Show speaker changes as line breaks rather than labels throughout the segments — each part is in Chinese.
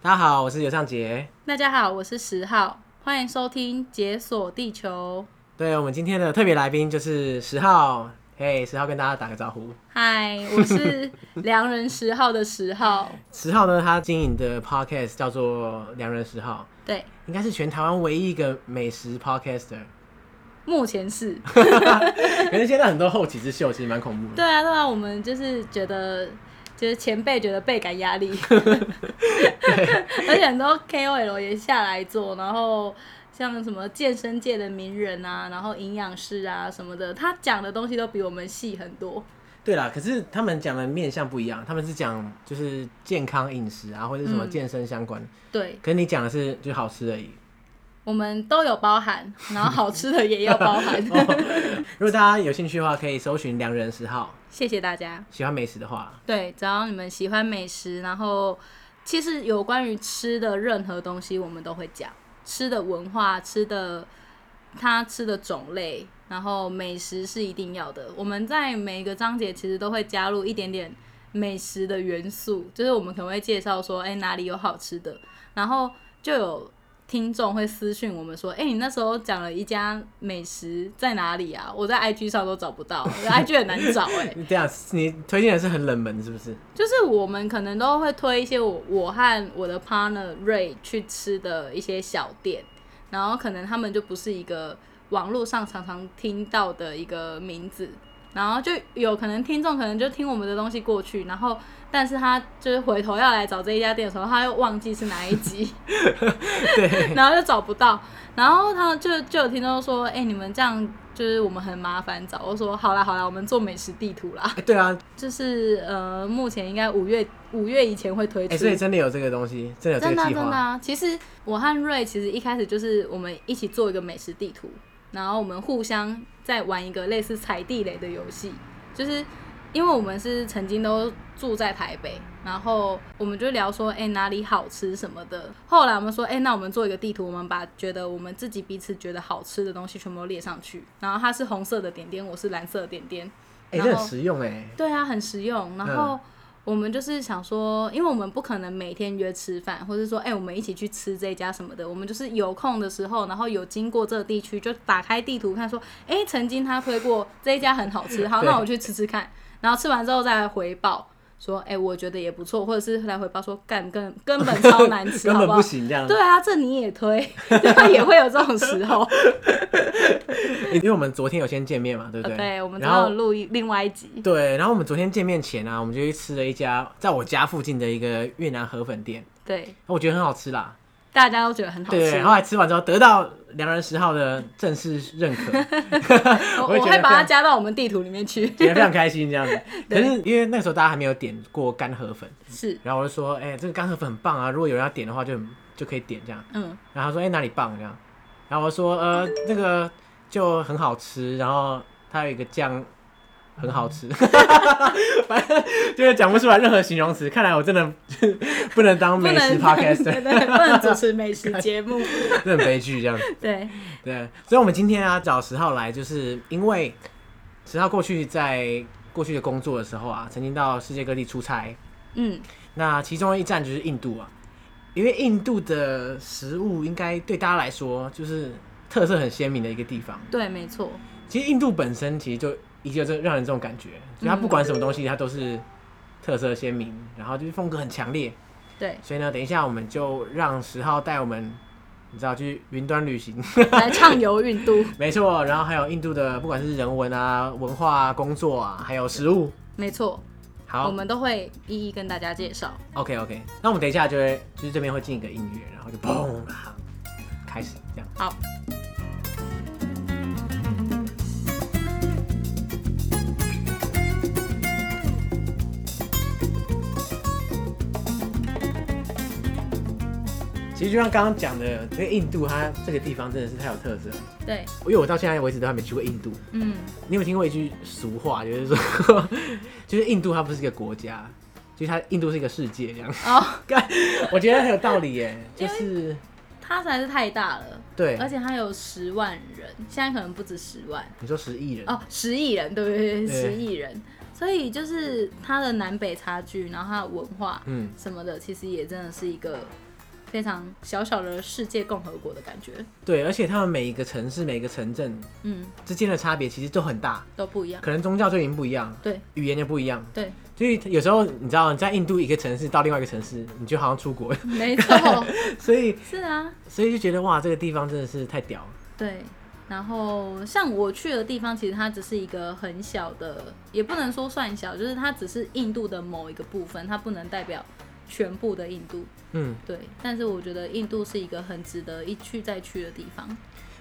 大家好，我是尤尚杰。
大家好，我是十号，欢迎收听《解锁地球
对我们今天的特别来宾就是十号，嘿，十号跟大家打个招呼。》。
嗨，我是良人十号的十号。
十号呢，他经营的 podcast 叫做《良人十号
对，》，
应该是全台湾唯一一个美食 podcaster。
目前是。
可是现在很多后起之秀，其实蛮恐怖的。
对啊，对啊，我们就是觉得，就是前辈觉得倍感压力， 而且很多 KOL 也下来做，然后。像什么健身界的名人啊，然后营养师啊什么的，他讲的东西都比我们细很多。
对啦，可是他们讲的面向不一样，他们是讲就是健康饮食啊，或者是什么健身相关。
对，
可是你讲的是就好吃而已。
我们都有包含，然后好吃的也要包含。
如果大家有兴趣的话，可以搜寻“良人十号
谢谢大家。”，
喜欢美食的话，
对，只要你们喜欢美食，然后其实有关于吃的任何东西，我们都会讲吃的文化、吃的它吃的种类，然后美食是一定要的。我们在每一个章节其实都会加入一点点美食的元素，就是我们可能会介绍说，哎、哪里有好吃的，然后就有。听众会私讯我们说：“哎、你那时候讲了一家美食在哪里啊？我在 IG 上都找不到，IG 很难找哎、
你这样你推荐的是很冷门，是不是？
就是我们可能都会推一些我我和我的 partner Ray 去吃的一些小店，然后可能他们就不是一个网络上常常听到的一个名字，然后就有可能听众可能就听我们的东西过去，然后但是他就是回头要来找这一家店的时候，他又忘记是哪一集， 对，然后就找不到，然后他就就有听众说，哎、你们这样就是我们很麻烦找，我说好啦好啦，我们做美食地图啦。
哎 对啊，
就是呃，目前应该五月五月以前会推
哎、
出。
所以真的有这个东西，真的有
真
这
的
个
啊
计
真的
划。
啊！其实我和瑞其实一开始就是我们一起做一个美食地图，然后我们互相在玩一个类似踩地雷的游戏，就是因为我们是曾经都住在台北，然后我们就聊说，哎、哪里好吃什么的。后来我们说，哎、那我们做一个地图，我们把觉得我们自己彼此觉得好吃的东西全部都列上去，然后它是红色的点点，我是蓝色的点点，
哎、
然
这很
后
实用哎、
对啊，很实用。然
嗯
后我们就是想说，因为我们不可能每天约吃饭，或者说，哎、我们一起去吃这家什么的。我们就是有空的时候，然后有经过这个地区，就打开地图看，说，哎、曾经他推过这一家很好 吃，好，
对
那我去吃吃看。然后吃完之后再来回报，说，哎、我觉得也不错，或者是来回报说，干根根本超难 吃，
根
好
本
不好
不？行这样。
对啊，这你也推， 对啊也会有这种时候。
因为我们昨天有先见面嘛，对不对？
呃对，我们之
然
后
后
录一另外一集。
对，然后我们昨天见面前啊，我们就去吃了一家在我家附近的一个越南河粉店，
对，
我觉得很好吃啦。
大家都觉得很好吃。
对，然后来吃完之后得到良人十号的正式认 可，
我
我会
我
觉得
会把
非
它
常
加到我们地图里面去。
觉得非常开心这样子。 可
对
是因为那个时候大家还没有点过干河粉，
是，
然后我就说，哎、这个干河粉很棒啊，如果有人要点的话就很就可以点这样。
嗯，
然后他说：“哎、哪里棒？”这样，然后我说：“呃，那个就很好吃，然后它有一个酱很好 吃，反正就是讲不出来任何形容词。看来我真的不能当
不
哦美食
能
podcaster，
对对，不能主持 美食节目。
这很悲剧这样。
对，
对，所以我们今天啊找十号来，就是因为十号过去在过去的工作的时候啊，曾经到世界各地出差，
嗯，
那其中一站就是印度啊，因为印度的食物应该对大家来说就是特色很鲜明的一个地方。
对，没错，
其实印度本身其实就一个这让人这种感觉，就它不管什么东西，它都是特色鲜明，然后就是风格很强烈。
对，
所以呢，等一下我们就让十号带我们，你知道去云端旅行，
来畅游印度，
没错。然后还有印度的不管是人文啊、文化、啊、工作啊，还有食物。
没错，我
好
们都会一一跟大家介绍。
，OK OK，那我们等一下就会就是这边会进一个音乐，然后就砰啦，开始这样。
好，
其实就像刚刚讲的，这个印度它这个地方真的是太有特色了，
对，
因为我到现在为止都还没去过印度。
嗯，
你有没有听过一句俗话，就是说， 就是印度它不是一个国家，就是它印度是一个世界这样。
哦，
我觉得很有道理 耶，就是
它实在是太大了，
对
而，且它有十万人，现在可能不止十万，
你说十亿人，
哦，十亿人，对不
对
对？十亿人，所以就是它的南北差距，然后它的文化，
嗯，
什么的，其实也真的是一个非常小小的世界共和国的感觉，
对，而且他们每一个城市、每一个城镇
嗯，
之间的差别其实都很大，
都不一样。
可能宗教就已经不一样，
对
语言也不一样，
对，
所以有时候你知道你在印度一个城市到另外一个城市，你就好像出国 了，
没错，
所以
是啊，
所以就觉得哇，这个地方真的是太屌了。
对。然后像我去的地方，其实它只是一个很小的，也不能说算小，就是它只是印度的某一个部分，它不能代表全部的印度。
嗯，
对，但是我觉得印度是一个很值得一去再去的地方。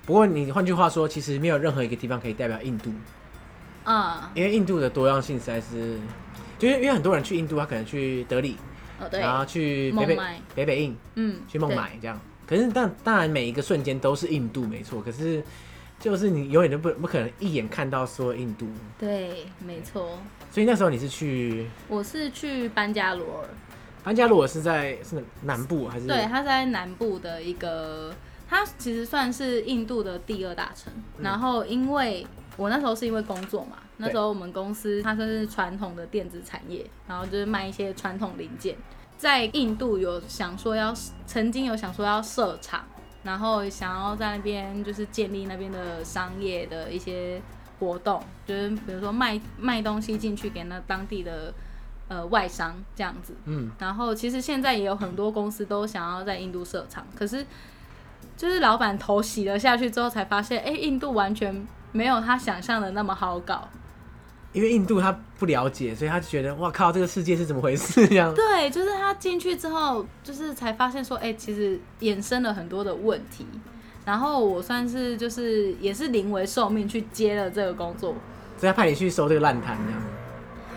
不过你换句话说，其实没有任何一个地方可以代表印度，
啊、
因为印度的多样性实在是，就是因为很多人去印度，他可能去德里，
哦对，
然后去北
孟
北
买
北北印，
嗯，
去孟
对
买这样。可是但当然每一个瞬间都是印度没错，可是就是你永远都不不可能一眼看到说印度，
对，没错，
所以那时候你是去
我是去班加罗尔，
班加罗尔是在是南部还是？
对，它是在南部的一个，它其实算是印度的第二大城。
嗯
然后因为我那时候是因为工作嘛，那时候我们公司它算是传统的电子产业，然后就是卖一些传统零件。在印度有想说要，曾经有想说要设厂，然后想要在那边就是建立那边的商业的一些活动，就是比如说卖卖东西进去给那当地的呃外商这样子。
嗯，
然后其实现在也有很多公司都想要在印度设厂，可是就是老板头洗了下去之后，才发现，哎，印度完全没有他想象的那么好搞。
因为印度他不了解，所以他就觉得哇靠，这个世界是怎么回事这样。
对，就是他进去之后，就是才发现说，哎，其实衍生了很多的问题。然后我算是就是也是临危受命去接了这个工作，
所以他派你去收这个烂摊这样。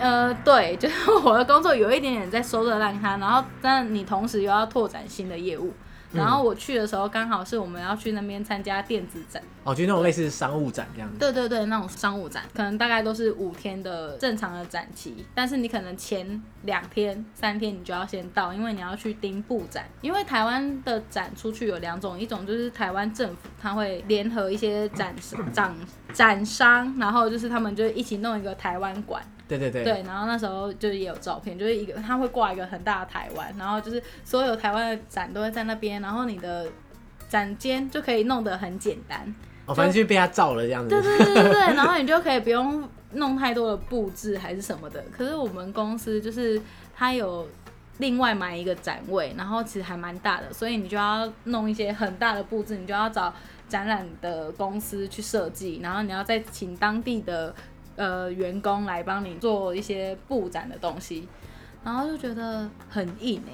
呃，对，就是我的工作有一点点在收着烂摊，然后但你同时又要拓展新的业务。然后我去的时候刚好是我们要去那边参加电子展，
哦，就那种类似商务展这样子。
对对对，那种商务展，可能大概都是五天的正常的展期，但是你可能前两天、三天你就要先到，因为你要去盯布展。因为台湾的展出去有两种，一种就是台湾政府它会联合一些展展展商，然后就是他们就一起弄一个台湾馆，
对对对，
对，然后那时候就是也有照片，就是一个他会挂一个很大的台湾，然后就是所有台湾的展都会在那边，然后你的展间就可以弄得很简单。
哦，反正就被他照了这样
对
子。
对对对对，然后你就可以不用弄太多的布置还是什么的。可是我们公司就是它有另外买一个展位，然后其实还蛮大的，所以你就要弄一些很大的布置，你就要找展览的公司去设计，然后你要再请当地的呃员工来帮你做一些布展的东西，然后就觉得很硬哎、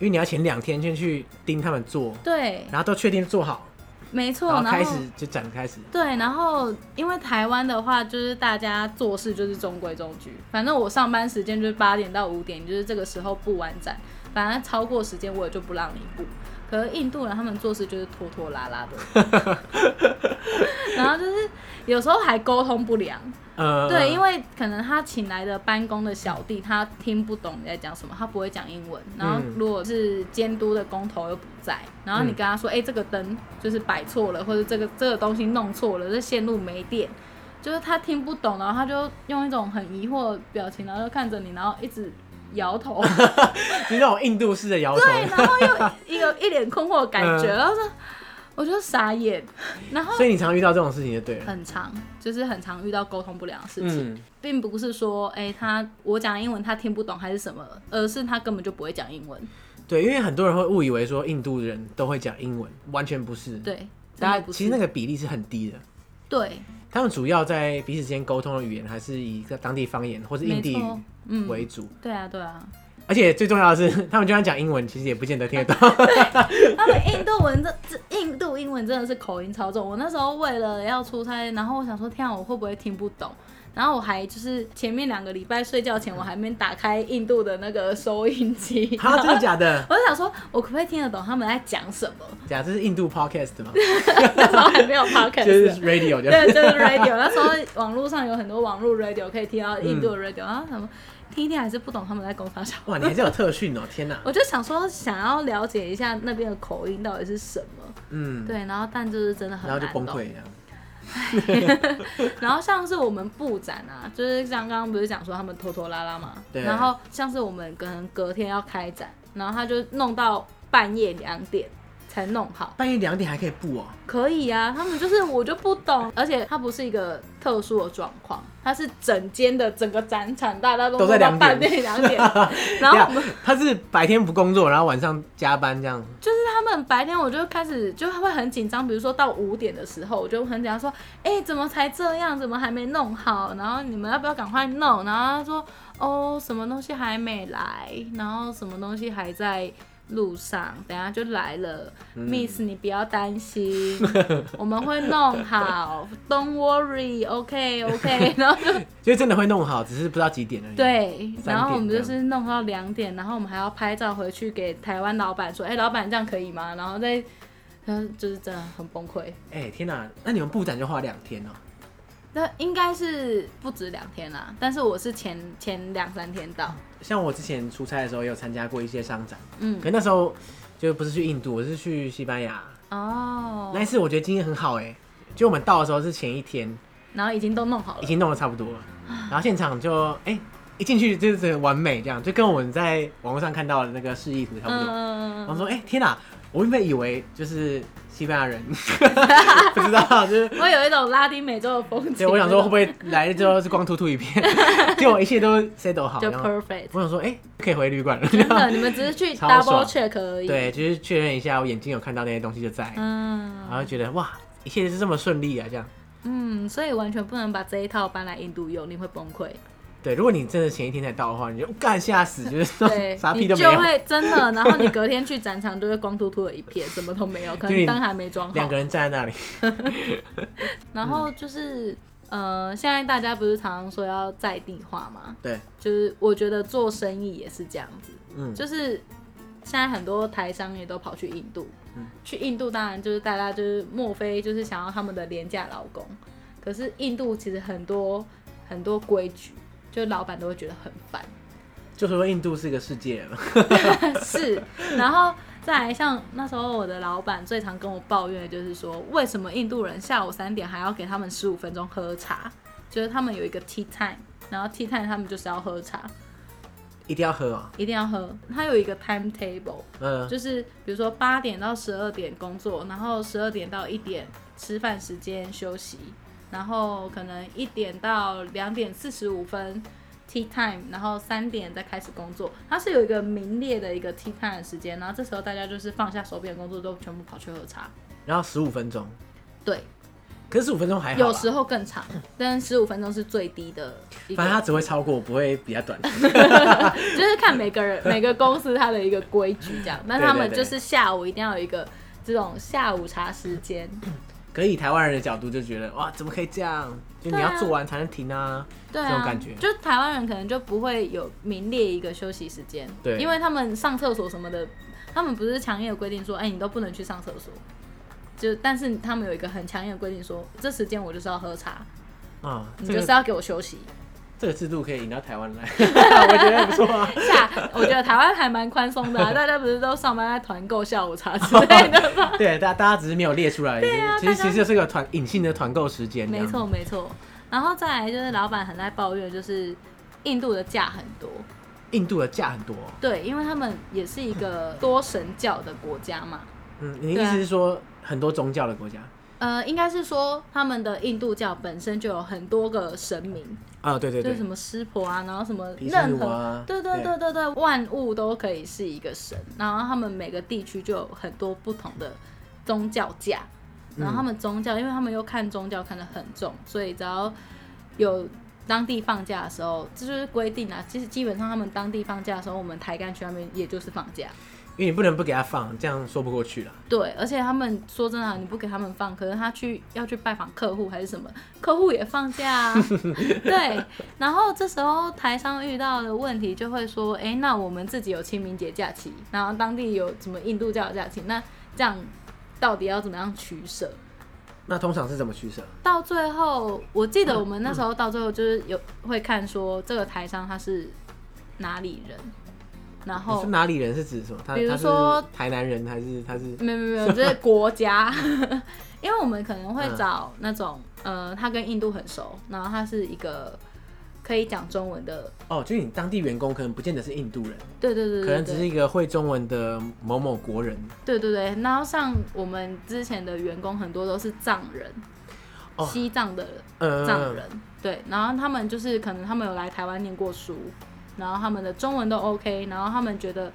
因为你要前两天先去盯他们做，
对，
然后都确定做好，
没错，
然后
然
开始就展开始。
对，然后因为台湾的话，就是大家做事就是中规中矩。反正我上班时间就是八点到五点，就是这个时候布完展，反正超过时间我也就不让你布。可是印度人他们做事就是拖拖拉拉的，然后就是有时候还沟通不良。
呃，
对，因
为
为可能他请来的办公的小弟他听不懂你在讲什么，他不会讲英文。然后
嗯
如果是监督的工头又不在，然后你
嗯
跟他说，哎、这个灯就是摆错了，或者这个这个东西弄错了，这线路没电，就是他听不懂，然后他就用一种很疑惑的表情，然后就看着你，然后一直摇头。
就那种印度式的摇头，
对，然后又一个一脸困惑的感觉，
嗯
然后说，我就傻眼，然后
所以你常遇到这种事情就对了。
哦很长，就是很常遇到沟通不良的事情。
嗯，
并不是说，哎、他我讲英文他听不懂还是什么，而是他根本就不会讲英文。
对，因为很多人会误以为说印度人都会讲英文，完全不是。，
对，
大
真的
家
不是
其实那个比例是很低的。
对，
他们主要在彼此之间沟通的语言还是以一个当地方言或是印
没
地
错
语，
嗯，
为主，
对啊，对啊，
而且最重要的是，他们就算讲英文，其实也不见得听得 懂。
他们印度文这这印度英文真的是口音超重。我那时候为了要出差，然后我想说，天啊，我会不会听不懂？然后我还就是前面两个礼拜睡觉前，我还没打开印度的那个收音机，
哈，啊真的假的？
我就想说，我可不可以听得懂他们在讲什么？
假，这是印度 podcast 吗？
那时候还没有 podcast，
就是 radio 这样。
对，就是 radio。那时候网络上有很多网络 radio 可以听
嗯
到印度的 radio，、然后什么听一听还是不懂他们在攻啥小。
哇，你还是有特训哦！天哪，
我就想说，想要了解一下那边的口音到底是什么，
嗯，
对，然后但就是真的很
然后
难哦
就崩
懂
溃这样。
然后像是我们布展啊，就是像刚刚不是讲说他们拖拖拉拉嘛，
对
然后像是我们可能隔天要开展，然后他就弄到半夜两点才弄好。
半夜两点还可以布哦、
可以啊，他们就是我就不懂，而且它不是一个特殊的状况，它是整间的整个展场大家都
都在
弄到
2点
半夜两点，然后我们
对啊他是白天不工作，然后晚上加班这样。
就是他们白天我就开始就会很紧张，比如说到五点的时候，我就很紧张说，哎、怎么才这样？怎么还没弄好？然后你们要不要赶快弄？然后他说，哦，什么东西还没来，然后什么东西还在。路上，等下就来了、m i s s 你不要担心，我们会弄好，Don't worry，OK OK，然后就
就真的会弄好，只是不知道几点而已。，
对，
嗯三
然后我
点
们
这
就
样
是弄到两点，然后我们还要拍照回去给台湾老板说，哎、老板这样可以吗？然后再，嗯，就是真的很崩溃。
哎、天哪、那你们布展就花两天哦、
那应该是不止两天啦，但是我是前前两三天到，
像我之前出差的时候，也有参加过一些商展，
嗯，
可那时候就不是去印度，我是去西班牙。
哦
那一，次我觉得经验很好哎、就我们到的时候是前一天，
然后已经都弄好
已
了，
经弄得差不多了，
啊
然后现场就哎、一进去就是整个完美这样，就跟我们在网络上看到的那个示意图差不多。
嗯
然后说，哎、天哪！我原本以为就是西班牙人， 不知道就是
我有一种拉丁美洲的风
嗯 对，
情，
我想说会不
会
会来了之后是光秃秃一片， 结果一切都 settle 好，
就
然后
perfect？
我想说，哎、可以回旅 馆了。
真的，你们只是去
超
double
爽
check 而已，
对，，就是确认一下我眼睛有看到那些东西就在，然后
嗯
觉得哇，一切是这么顺利啊，这样。
嗯，所以完全不能把这一套搬来印度用，你会崩溃。
对，如果你真的前一天才到的话，你就干吓死，就是
对
说啥屁
你
都没
就
有。
会真的，然后你隔天去展场就会光秃秃的一片，什么都没有，可能
对
灯还没装
两
好
个。人嗯站 在那里，
然后就是呃，现在大家不是常常说要在地化嘛，
对，
就是我觉得做生意也是这样子，
嗯，
就是现在很多台商也都跑去印度，
嗯
去印度当然就是大家就是莫非就是想要他们的廉价劳工，可是印度其实很多很多规矩，就老板都会觉得很烦。
就是说印度是个世界嘛，
是，然后再来像那时候我的老板最常跟我抱怨的就是说，为什么印度人下午三点还要给他们十五分钟喝茶？就是他们有一个 tea time，然后 tea time 他们就是要喝茶，
一定要喝啊、
一定要喝。他有一个 timetable，
嗯、
就是比如说八点到十二点工作，然后十二点到一点吃饭时间休息，然后可能一点到两点四十五分 tea time，然后三点再开始工作。它是有一个明列的一个 tea time 的时间，然后这时候大家就是放下手边的工作，都全部跑去喝茶。
然后十五分钟，
对，
可是十五分钟哎还好吧，
有时候 更长，但十五分钟是最低的一
反正它
个，
只会超过，不会比较短。
就是看每个人 每个公司它的一个规矩这样。那他
对
们
对
就
对
是下午一定要有一个这种下午茶时间。
可以台湾人的角度就觉得哇，怎么可以这样？就你
对啊
要做完才能停啊。
对啊，
这种感觉
就台湾人可能就不会有明列一个休息时间，
对
因为他们上厕所什么的，他们不是强硬的规定说，哎、你都不能去上厕所，就但是他们有一个很强硬的规定说，这时间我就是要喝茶，
啊，
你
这
就是
个
要给我休息。
这个制度可以引到台湾来，我觉得不错啊。
下，我觉得台湾还蛮宽松 的、啊，大家不是都上班在团购下午茶之类的吗？
对，大大家只是没有列出来，
啊
其实
大家
其实是个团隐性的团购时间，
没错，没错。然后再来就是老板很爱抱怨，就是印度的假很多，
印度的假很多哦，
对，因为他们也是一个多神教的国家嘛。
嗯，你的
对
意
啊
思是说很多宗教的国家
呃，应该是说他们的印度教本身就有很多个神明，
啊？对对
就是
对
什，么湿婆啊，然后什么
毗湿
任
奴
何，
啊
对对对对对，万物都可以是一个神。然后他们每个地区就有很多不同的宗教家，然后他们宗教，因为他们又看宗教看得很重，所以只要有当地放假的时候，这就是规定啊。其实基本上他们当地放假的时候，我们台干去那边也就是放假。
因为你不能不给他放，这样说不过去了。
对，而且他们说真的啊、你不给他们放，可是他去要去拜访客户还是什么，客户也放假啊。对，然后这时候台商遇到的问题就会说，哎、那我们自己有清明节假期，然后当地有什么印度教的假期，那这样到底要怎么样取舍？
那通常是怎么取舍？
到最后，我记得我们那时候到最后就是有会看说这个台商他是哪里人，然
你
后
是哪里人是指什么？他
比如
他是
说
台南人还是他是
没有没有没有，就是 国家，
嗯
因为我们可能会找那种、呃，他跟印度很熟，然后他是一个可以讲中文的，
哦，就是你当地员工可能不见得是印度人，
对对对对对，
可能只是一个会中文的某某国人。
对对对，然后像我们之前的员工很多都是藏人，
哦
西藏的
嗯，
藏人，对，然后他们就是可能他们有来台湾念过书，然后他们的中文都 OK，然后他们觉得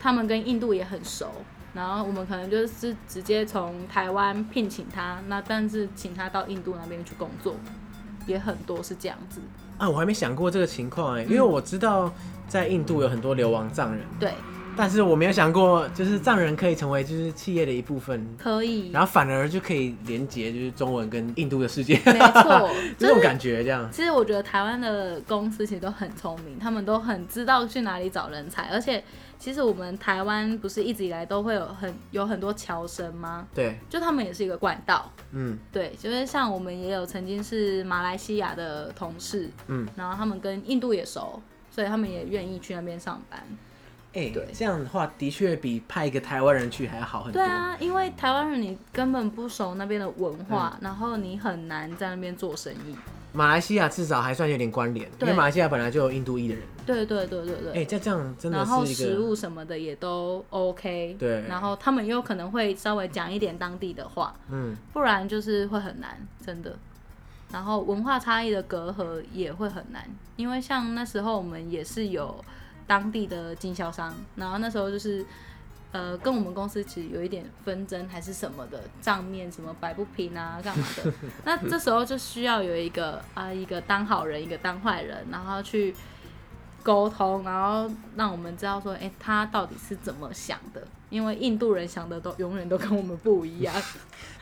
他们跟印度也很熟，然后我们可能就是直接从台湾聘请他，那但是请他到印度那边去工作，也很多是这样子，
啊，我还没想过这个情况
嗯
哎，因为我知道在印度有很多流亡藏人，
对，
但是我没有想过就是藏人可以成为就是企业的一部分，
可以，
然后反而就可以连接就是中文跟印度的世界，，
没错
这种感觉这样。
其实我觉得台湾的公司其实都很聪明，他们都很知道去哪里找人才，而且其实我们台湾不是一直以来都会有很有很多侨生吗？
对，
就他们也是一个管道，
嗯，
对，就是像我们也有曾经是马来西亚的同事，
嗯，
然后他们跟印度也熟，所以他们也愿意去那边上班。
哎、
对
这样的话的确比派一个台湾人去还要好很多。
对啊，因为台湾人你根本不熟那边的文化，
嗯
然后你很难在那边做生意。
马来西亚至少还算有点关联，因
对
为马来西亚本来就有印度裔的人。
对对对对对。
哎、这这样真的
然后
是一
食
个
物什么的也都 OK，
对
然后他们又可能会稍微讲一点当地的话，
嗯，
不然就是会很难，真的。然后文化差异的隔阂也会很难，因为像那时候我们也是有当地的经销商，然后那时候就是呃跟我们公司其实有一点纷争还是什么的，账面什么摆不平啊干嘛的，那这时候就需要有一个啊、一个当好人，一个当坏人，然后去沟通，然后让我们知道说，哎、他到底是怎么想的。因为印度人想的都永远都跟我们不一样，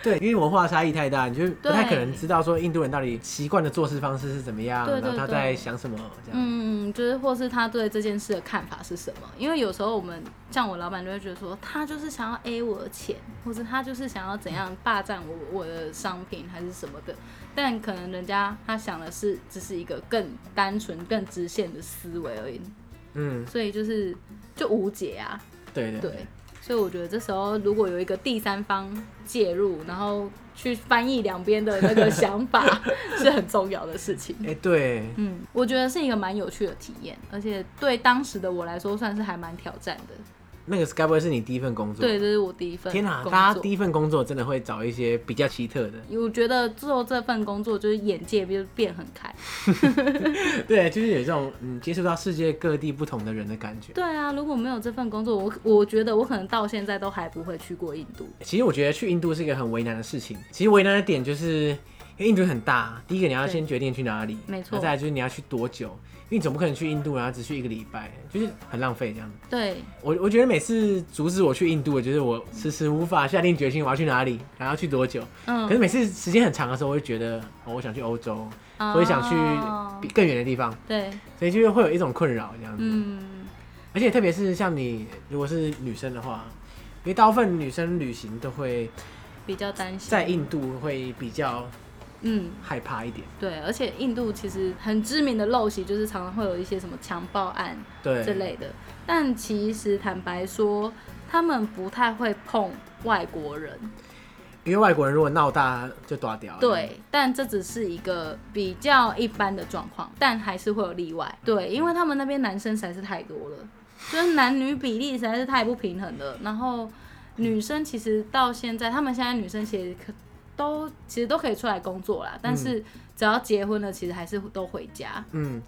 对，因为文化差异太大，你就不
对
太可能知道说印度人到底习惯的做事方式是怎么样，
对对
然后他
对
在想什么这样。
嗯，就是或是他对这件事的看法是什么？因为有时候我们像我老板就会觉得说，他就是想要 A 我的钱，或者他就是想要怎样霸占我我的商品还是什么的，但可能人家他想的是只是一个更单纯、更直线的思维而已，
嗯，
所以就是就无解啊，
对对
对。所以我觉得这时候如果有一个第三方介入，然后去翻译两边的那个想法， 是很重要的事情。
哎、对，
嗯，我觉得是一个蛮有趣的体验，而且对当时的我来说算是还蛮挑战的。
那个 s k y 不会是你第一份工作？
对，这是我第一份
天哪、
哪、
大家第一份工作真的会找一些比较奇特的，
我觉得做这份工作就是眼界就变很开。
对，就是有这种嗯接触到世界各地不同的人的感觉。
对啊，如果没有这份工作，我我觉得我可能到现在都还不会去过印度。
其实我觉得去印度是一个很为难的事情。其实为难的点就是，因为印度很大，第一个你要
对
先决定去哪里，
没错
然后再来就是你要去多久，因为你总不可能去印度然后只去一个礼拜，就是很浪费这样。
对，
我我觉得每次阻止我去印度的就是我迟迟无法下定决心我要去哪里，然后要去多久。可是
嗯，
每次时间很长的时候，我会觉得、哦、我想去欧洲，我
我
也想去比更远的地方，
啊对，
所以就会有一种困扰这样子。
哦嗯，
而且特别是像你如果是女生的话，因为大部分女生旅行都会
比较担心
在印度会比较
嗯。
害怕一点，
对，而且印度其实很知名的陋习就是常常会有一些什么强暴案，
对，
这类的。但其实坦白说，他们不太会碰外国人，
因为外国人如果闹大就断掉了。
对。但这只是一个比较一般的状况，但还是会有例外，对，因为他们那边男生实在是太多了，就是男女比例实在是太不平衡了。然后女生其实到现在，他们现在女生其实可。都其实都可以出来工作啦，但是只要结婚了，其实还是都回家。
嗯。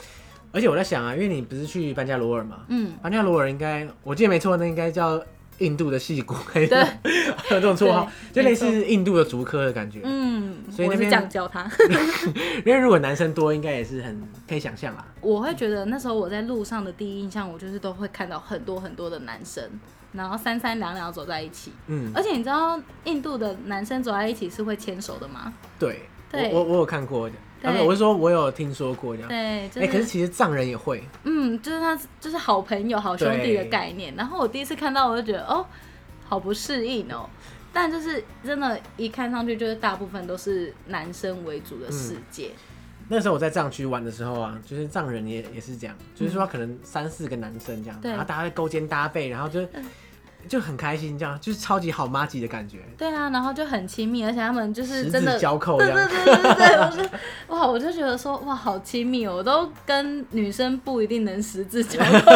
而且我在想啊，因为你不是去班加罗尔嘛，
嗯，
班加罗尔应该，我记得没错，那应该叫印度的戏骨，还有
对，
有这种绰号，就类
对没
似印度的竹科的感觉。
嗯，
所以
我
那
是
边
这样教他。
因为如果男生多，应该也是很可以想象啊啦。
我会觉得那时候我在路上的第一印象，我就是都会看到很多很多的男生，然后三三两两走在一起。
嗯，
而且你知道印度的男生走在一起是会牵手的吗？
对，我
对
我我有看过的，啊，
对
没有，我是说我有听说过这样。
对，就
哎、
是、
可是其实藏人也会，
嗯，就是他就是好朋友、好兄弟的概念。然后我第一次看到，我就觉得哦，好不适应哦。但就是真的，一看上去就是大部分都是男生为主的世界。
嗯那时候我在藏区玩的时候啊，就是藏人也也是这样，就是说可能三四个男生这样，
嗯对嗯
然后大家在勾肩搭背，然后就是就很开心，这样就是超级好妈吉的感觉，
对啊，然后就很亲密，而且他们就是
十
真
指
的
交扣
对
这
对
样。
对对对，我是哇，我就觉得说哇，好亲密哦，我都跟女生不一定能十 字交扣，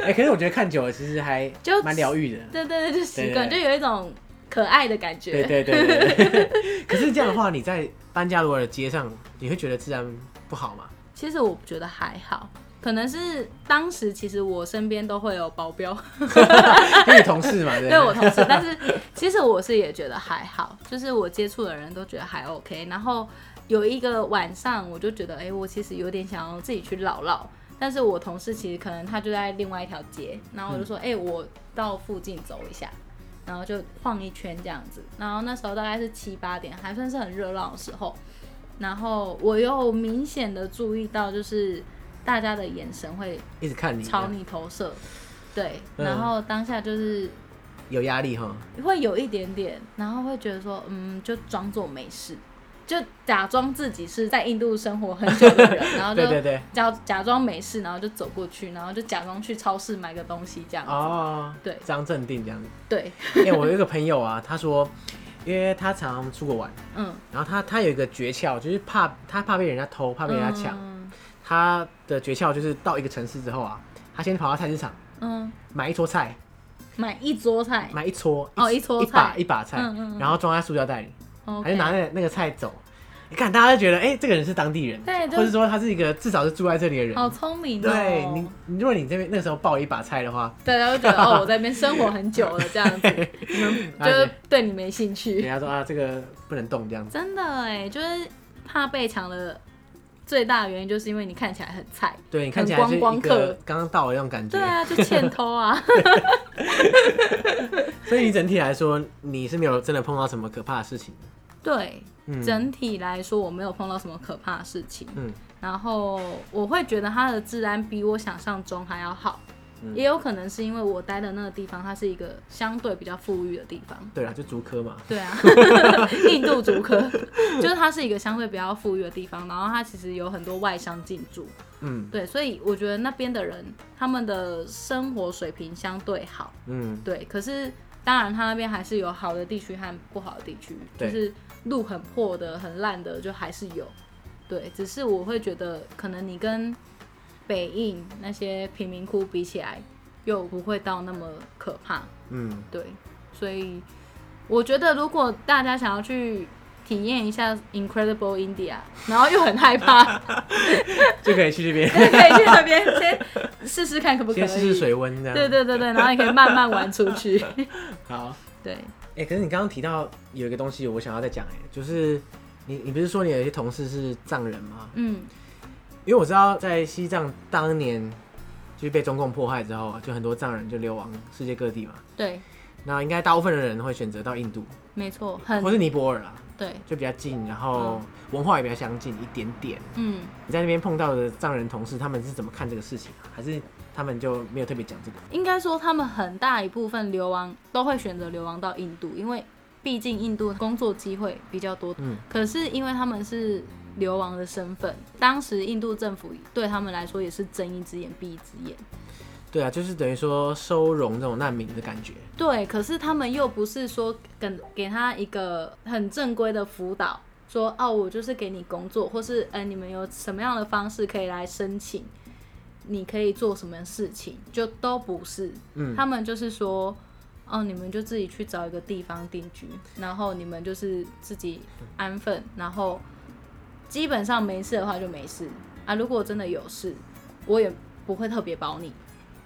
哎、可是我觉得看久了其实还
就
蛮疗愈的。
对对对，就习惯，就
对
有一种可爱的感觉。
对对对对对。 可是这样的话，你在班加罗尔的街上，你会觉得治安不好 吗？
其实我觉得还好，可能是当时其实我身边都会有保镖
因为你同事嘛，对不
对
对
我同事，但是其实我是也觉得还好，就是我接触的人都觉得还 OK。然后有一个晚上，我就觉得哎、诶我其实有点想要自己去绕绕。但是我同事其实可能他就在另外一条街，然后我就
嗯
说，哎、我到附近走一下，然后就晃一圈这样子。然后那时候大概是七八点，还算是很热闹的时候。然后我又明显的注意到，就是大家的眼神会
一直看你，
朝你投射，对。
嗯
然后当下就是
有压力哈。
会有一点点，然后会觉得说，嗯，就装作没事，就假装自己是在印度生活很久的人，然后就
对对对。
假假装没事，然后就走过去，然后就假装去超市买个东西这样子。
哦，
对
这样镇定这样子。
对，
哎、我有一个朋友啊，他说，因为他常常出国玩，
嗯，
然后他他有一个诀窍，就是怕他怕被人家偷，怕被人家抢。
嗯
他的诀窍就是到一个城市之后啊，他先跑到菜市场
嗯，
买一撮菜，
买一桌菜，
买一撮
哦一
一
撮
一把
菜
一把菜，
嗯嗯嗯
然后装在塑胶袋里，
o
他就拿那个那个菜走。你看，大家就觉得，哎、这个人是当地人，
对就
或者说他是一个至少是住在这里的人。
好聪明哦。
对你，你如果你这边那个时候抱一把菜的话，
大家会觉得哦，我在那边生活很久了，这样 子，你们就
而且
是对你没兴
人
趣。
家说啊，这个不能动这样子。
真的哎，就是怕被抢的最大的原因，就是因为你看起来很菜。
对你看起来是
很
一
观光
个
客
刚刚到的那种感觉
对。啊，就欠 偷啊。
所以你整体来说，你是没有真的碰到什么可怕的事情的。
对，
嗯，
整体来说我没有碰到什么可怕的事情。
嗯，
然后我会觉得它的治安比我想象中还要好，
嗯
也有可能是因为我待的那个地方，它是一个相对比较富裕的地方。
对啊，就竹科嘛。
对啊， 印度族科就是它是一个相对比较富裕的地方，然后它其实有很多外商进驻，
嗯
对，所以我觉得那边的人他们的生活水平相对好，
嗯，
对，可是当然，它那边还是有好的地区和不好的地区，就
对
是路很破的、很烂的，就还是有。对，只是我会觉得，可能你跟北印那些贫民窟比起来，又不会到那么可怕。
嗯，
对，所以我觉得，如果大家想要去体验一下 Incredible India，然后又很 害怕，
就可以去这边
可以去那边先试试看可不可以。
先试试水温这样。
对对对对，然后你可以慢慢玩出 去。
好，
对。
哎、可是你刚刚提到有一个东西，我想要再讲，哎，就是你你不是说你有一些同事是藏人吗？
嗯
因为我知道在西藏当年就是被中共迫害之后啊，就很多藏人就流亡世界各地嘛。，
对，
那应该大部分的人会选择到印度
没错，很
或是尼泊尔啊，
对，
就比较近，然后文化也比较相近一点点。
嗯，
你在那边碰到的藏人同事，他们是怎么看这个事情啊？还是他们就没有特别讲这个？
应该说他们很大一部分流亡都会选择流亡到印度，因为毕竟印度工作机会比较多。
嗯，
可是因为他们是流亡的身份，当时印度政府对他们来说也是睁一只眼闭一只眼。
对啊，就是等于说收容这种难民的感觉。
对，可是他们又不是说给给他一个很正规的辅导，说哦，我就是给你工作，或是呃，你们有什么样的方式可以来申请，你可以做什么事情，就都不是。
嗯
他们就是说，哦，你们就自己去找一个地方定居，然后你们就是自己安分，然后基本上没事的话就没事啊，如果真的有事，我也不会特别保你，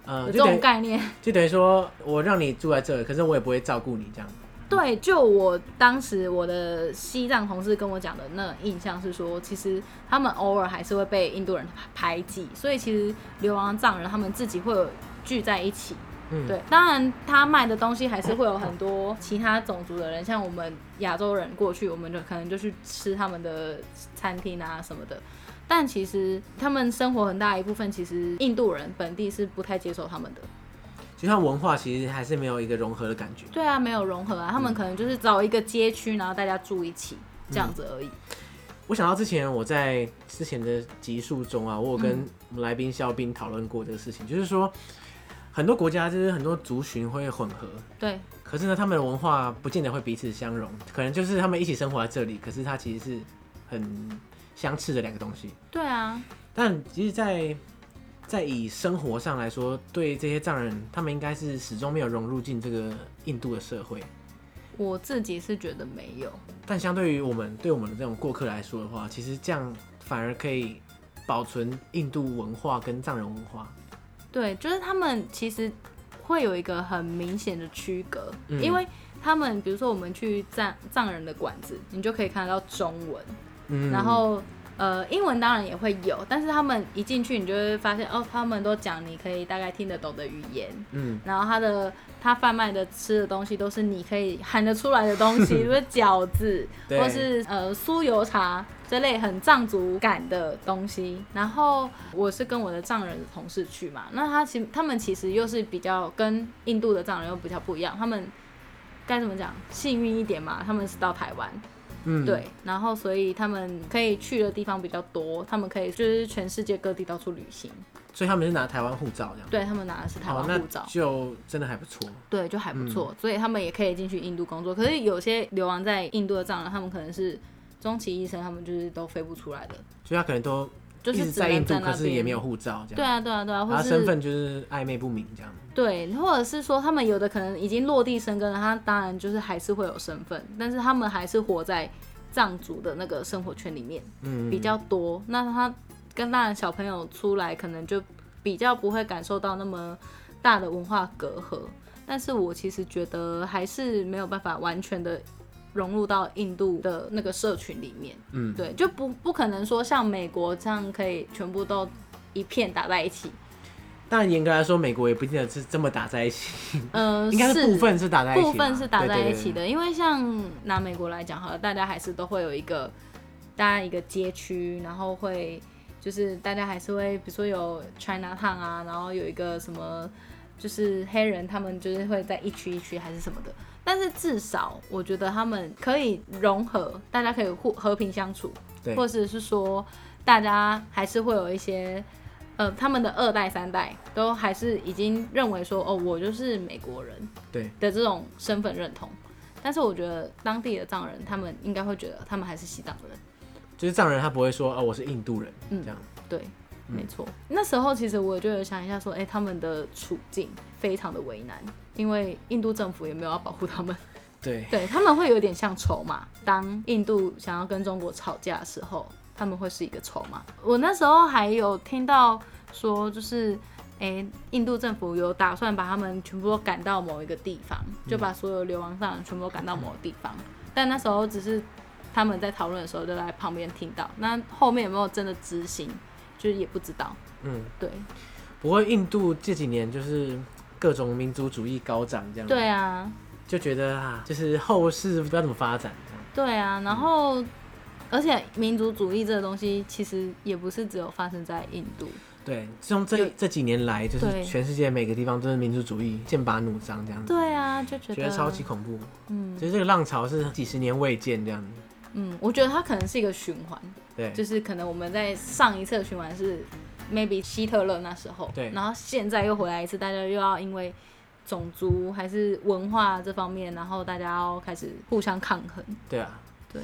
呃，
有这
就等
种
于
概念。
就等于说我让你住在这，可是我也不会照顾你这样。
对，就我当时我的西藏同事跟我讲的那印象是说，其实他们偶尔还是会被印度人排挤，所以其实流亡藏人他们自己会有聚在一起。
嗯
对，当然他卖的东西还是会有很多其他种族的人，像我们亚洲人过去，我们就可能就去吃他们的餐厅啊什么的。但其实他们生活很大一部分，其实印度人本地是不太接受他们的。
就像文化其实还是没有一个融合的感觉。
对啊，没有融合
嗯
啊，他们可能就是找一个街区，然后大家住一起这样子而已。
嗯我想到之前我在之前的集数中啊，我有跟我们来宾肖斌讨论过这个事情，就是说，很多国家就是很多族群会混合，
对，
可是呢，他们的文化不见得会彼此相融，可能就是他们一起生活在这里，可是它其实是很相似的两个东西。
对啊，
但其实在，在以生活上来说，对这些藏人，他们应该是始终没有融入进这个印度的社会。
我自己是觉得没有，
但相对于我们对我们的这种过客来说的话，其实这样反而可以保存印度文化跟藏人文化。
对，就是他们其实会有一个很明显的区隔，
嗯
因为他们比如说我们去藏藏人的馆子，你就可以看得到中文，
嗯
然后呃英文当然也会有，但是他们一进去你就会发现哦，他们都讲你可以大概听得懂的语言，
嗯，
然后他的他贩卖的吃的东西都是你可以喊得出来的东 西，比如说饺子
对
或是呃酥油茶这类很藏族感的东西。然后我是跟我的藏人同事去嘛，那他其他们其实又是比较跟印度的藏人又比较不一样，他们该怎么讲幸运一点嘛，他们是到台湾，
嗯，
对，然后所以他们可以去的地方比较多，他们可以就是全世界各地到处旅行，
所以他们是拿台湾护照这样。
对他们拿的是台湾
哦那
护照。
就真的还不错。
对，就还不错，
嗯
所以他们也可以进去印度工作。可是有些流亡在印度的藏人，他们可能是终其一生，他们就是都飞不出来的，
所以他可能都
就
一
是
直
只
在
能
印度，
在
可
那边。
是也没有护照这
对
样，
啊，对啊，对啊，
然
或
后身
是
份就是暧昧不明这样。
对，或者是说他们有的可能已经落地生根了，他当然就是还是会有身份，但是他们还是活在藏族的那个生活圈里面
嗯，
比较多。那他跟当然小朋友出来，可能就比较不会感受到那么大的文化隔阂。但是我其实觉得还是没有办法完全的融入到印度的那个社群里面。
嗯，
对，就不不可能说像美国这样可以全部都一片打在 一起。
但严格来说，美国也不见得是这么打在一起，
呃，
应该是部分是打在一起啦，
部分是打在一起
对。对对
的，因为像拿美国来讲好了，大家还是都会有一个大家一个街区，然后会就是大家还是会，比如说有 China Town 啊，然后有一个什么就是黑人，他们就是会在一区一区还是什么的。但是至少我觉得他们可以融合，大家可以互和平相处，
对
或者是说大家还是会有一些。呃，他们的二代、三代都还是已经认为说，哦，我就是美国人，
对
的这种身份认同。但是我觉得当地的藏人，他们应该会觉得他们还是西藏人。
就是藏人他不会说哦我是印度人
嗯
这样，
对，没错。那时候其实我就有想一下说，哎、他们的处境非常的为难，因为印度政府也没有要保护他们。
对，
对他们会有点像筹码。当印度想要跟中国吵架的时候，他们会是一个筹码。我那时候还有听到说，就是诶、印度政府有打算把他们全部都赶到某一个地方，就把所有流亡藏人全部都赶到某个地方。但那时候只是他们在讨论的时候就在旁边听到，那后面有没有真的执行，就是也不知道。
嗯，
对，
不过印度这几年就是各种民族主义高涨这样，，
对啊，
就觉得啊，就是后世不知道怎么发展这样，
对啊，然后。而且民族主义这个东西，其实也不是只有发生在印度，
对，从这
有
这几年来，就
对
是全世界每个地方都是民族主义剑拔弩张这样子，
对啊，就觉得
觉得超级恐怖，
嗯
就是这个浪潮是几十年未见这样子，
嗯，我觉得它可能是一个循环，
对，
就是可能我们在上一次的循环是 maybe 希特勒那时候，
对
然后现在又回来一次，大家又要因为种族还是文化这方面，然后大家要开始互相抗衡，
对啊，
对，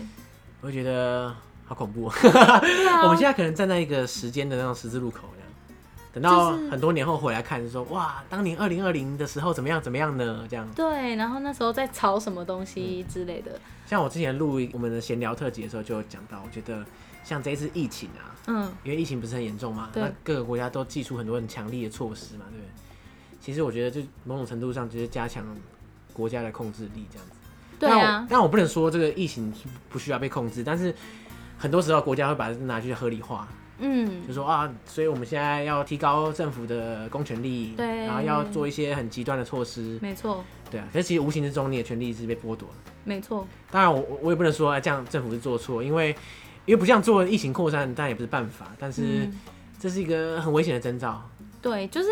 我就觉得好恐怖哦。
对啊，
我们现在可能站在一个时间的那种十字路口这样，等到
就是
很多年后回来看，就说哇，当年二零二零的时候怎么样怎么样呢？这样，
对，然后那时候在吵什么东西之类的，
像我之前录一我们的闲聊特辑的时候就有讲到，我觉得像这一次疫情啊，
嗯，
因为疫情不是很严重嘛，
对
那各个国家都祭出很多很强力的措施嘛，对不对？其实我觉得就某种程度上就是加强国家的控制力这样子。
对
但我
啊，
但我不能说这个疫情是不需要被控制，但是很多时候国家会把它拿去合理化，
嗯，
就说啊，所以我们现在要提高政府的公权力，
对
然后要做一些很极端的措施，
没错，
对啊。可是其实无形之中你的权利是被剥夺的。
没错，
当然我，我我也不能说、哎这样政府是做错，因为因为不这样做，疫情扩散当然也不是办法，但是
嗯
这是一个很危险的征兆。
对，就是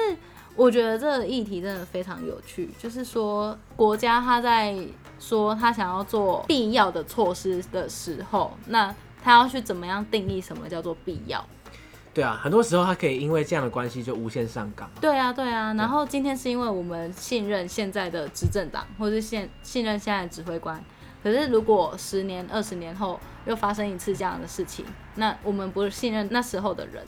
我觉得这个议题真的非常有趣，就是说国家他在说他想要做必要的措施的时候，那他要去怎么样定义什么叫做必要？
对啊，很多时候他可以因为这样的关系就无限上纲。
对啊，对啊。然后今天是因为我们信任现在的执政党，或是现信任现在的指挥官。可是如果十年、二十年后又发生一次这样的事情，那我们不信任那时候的人，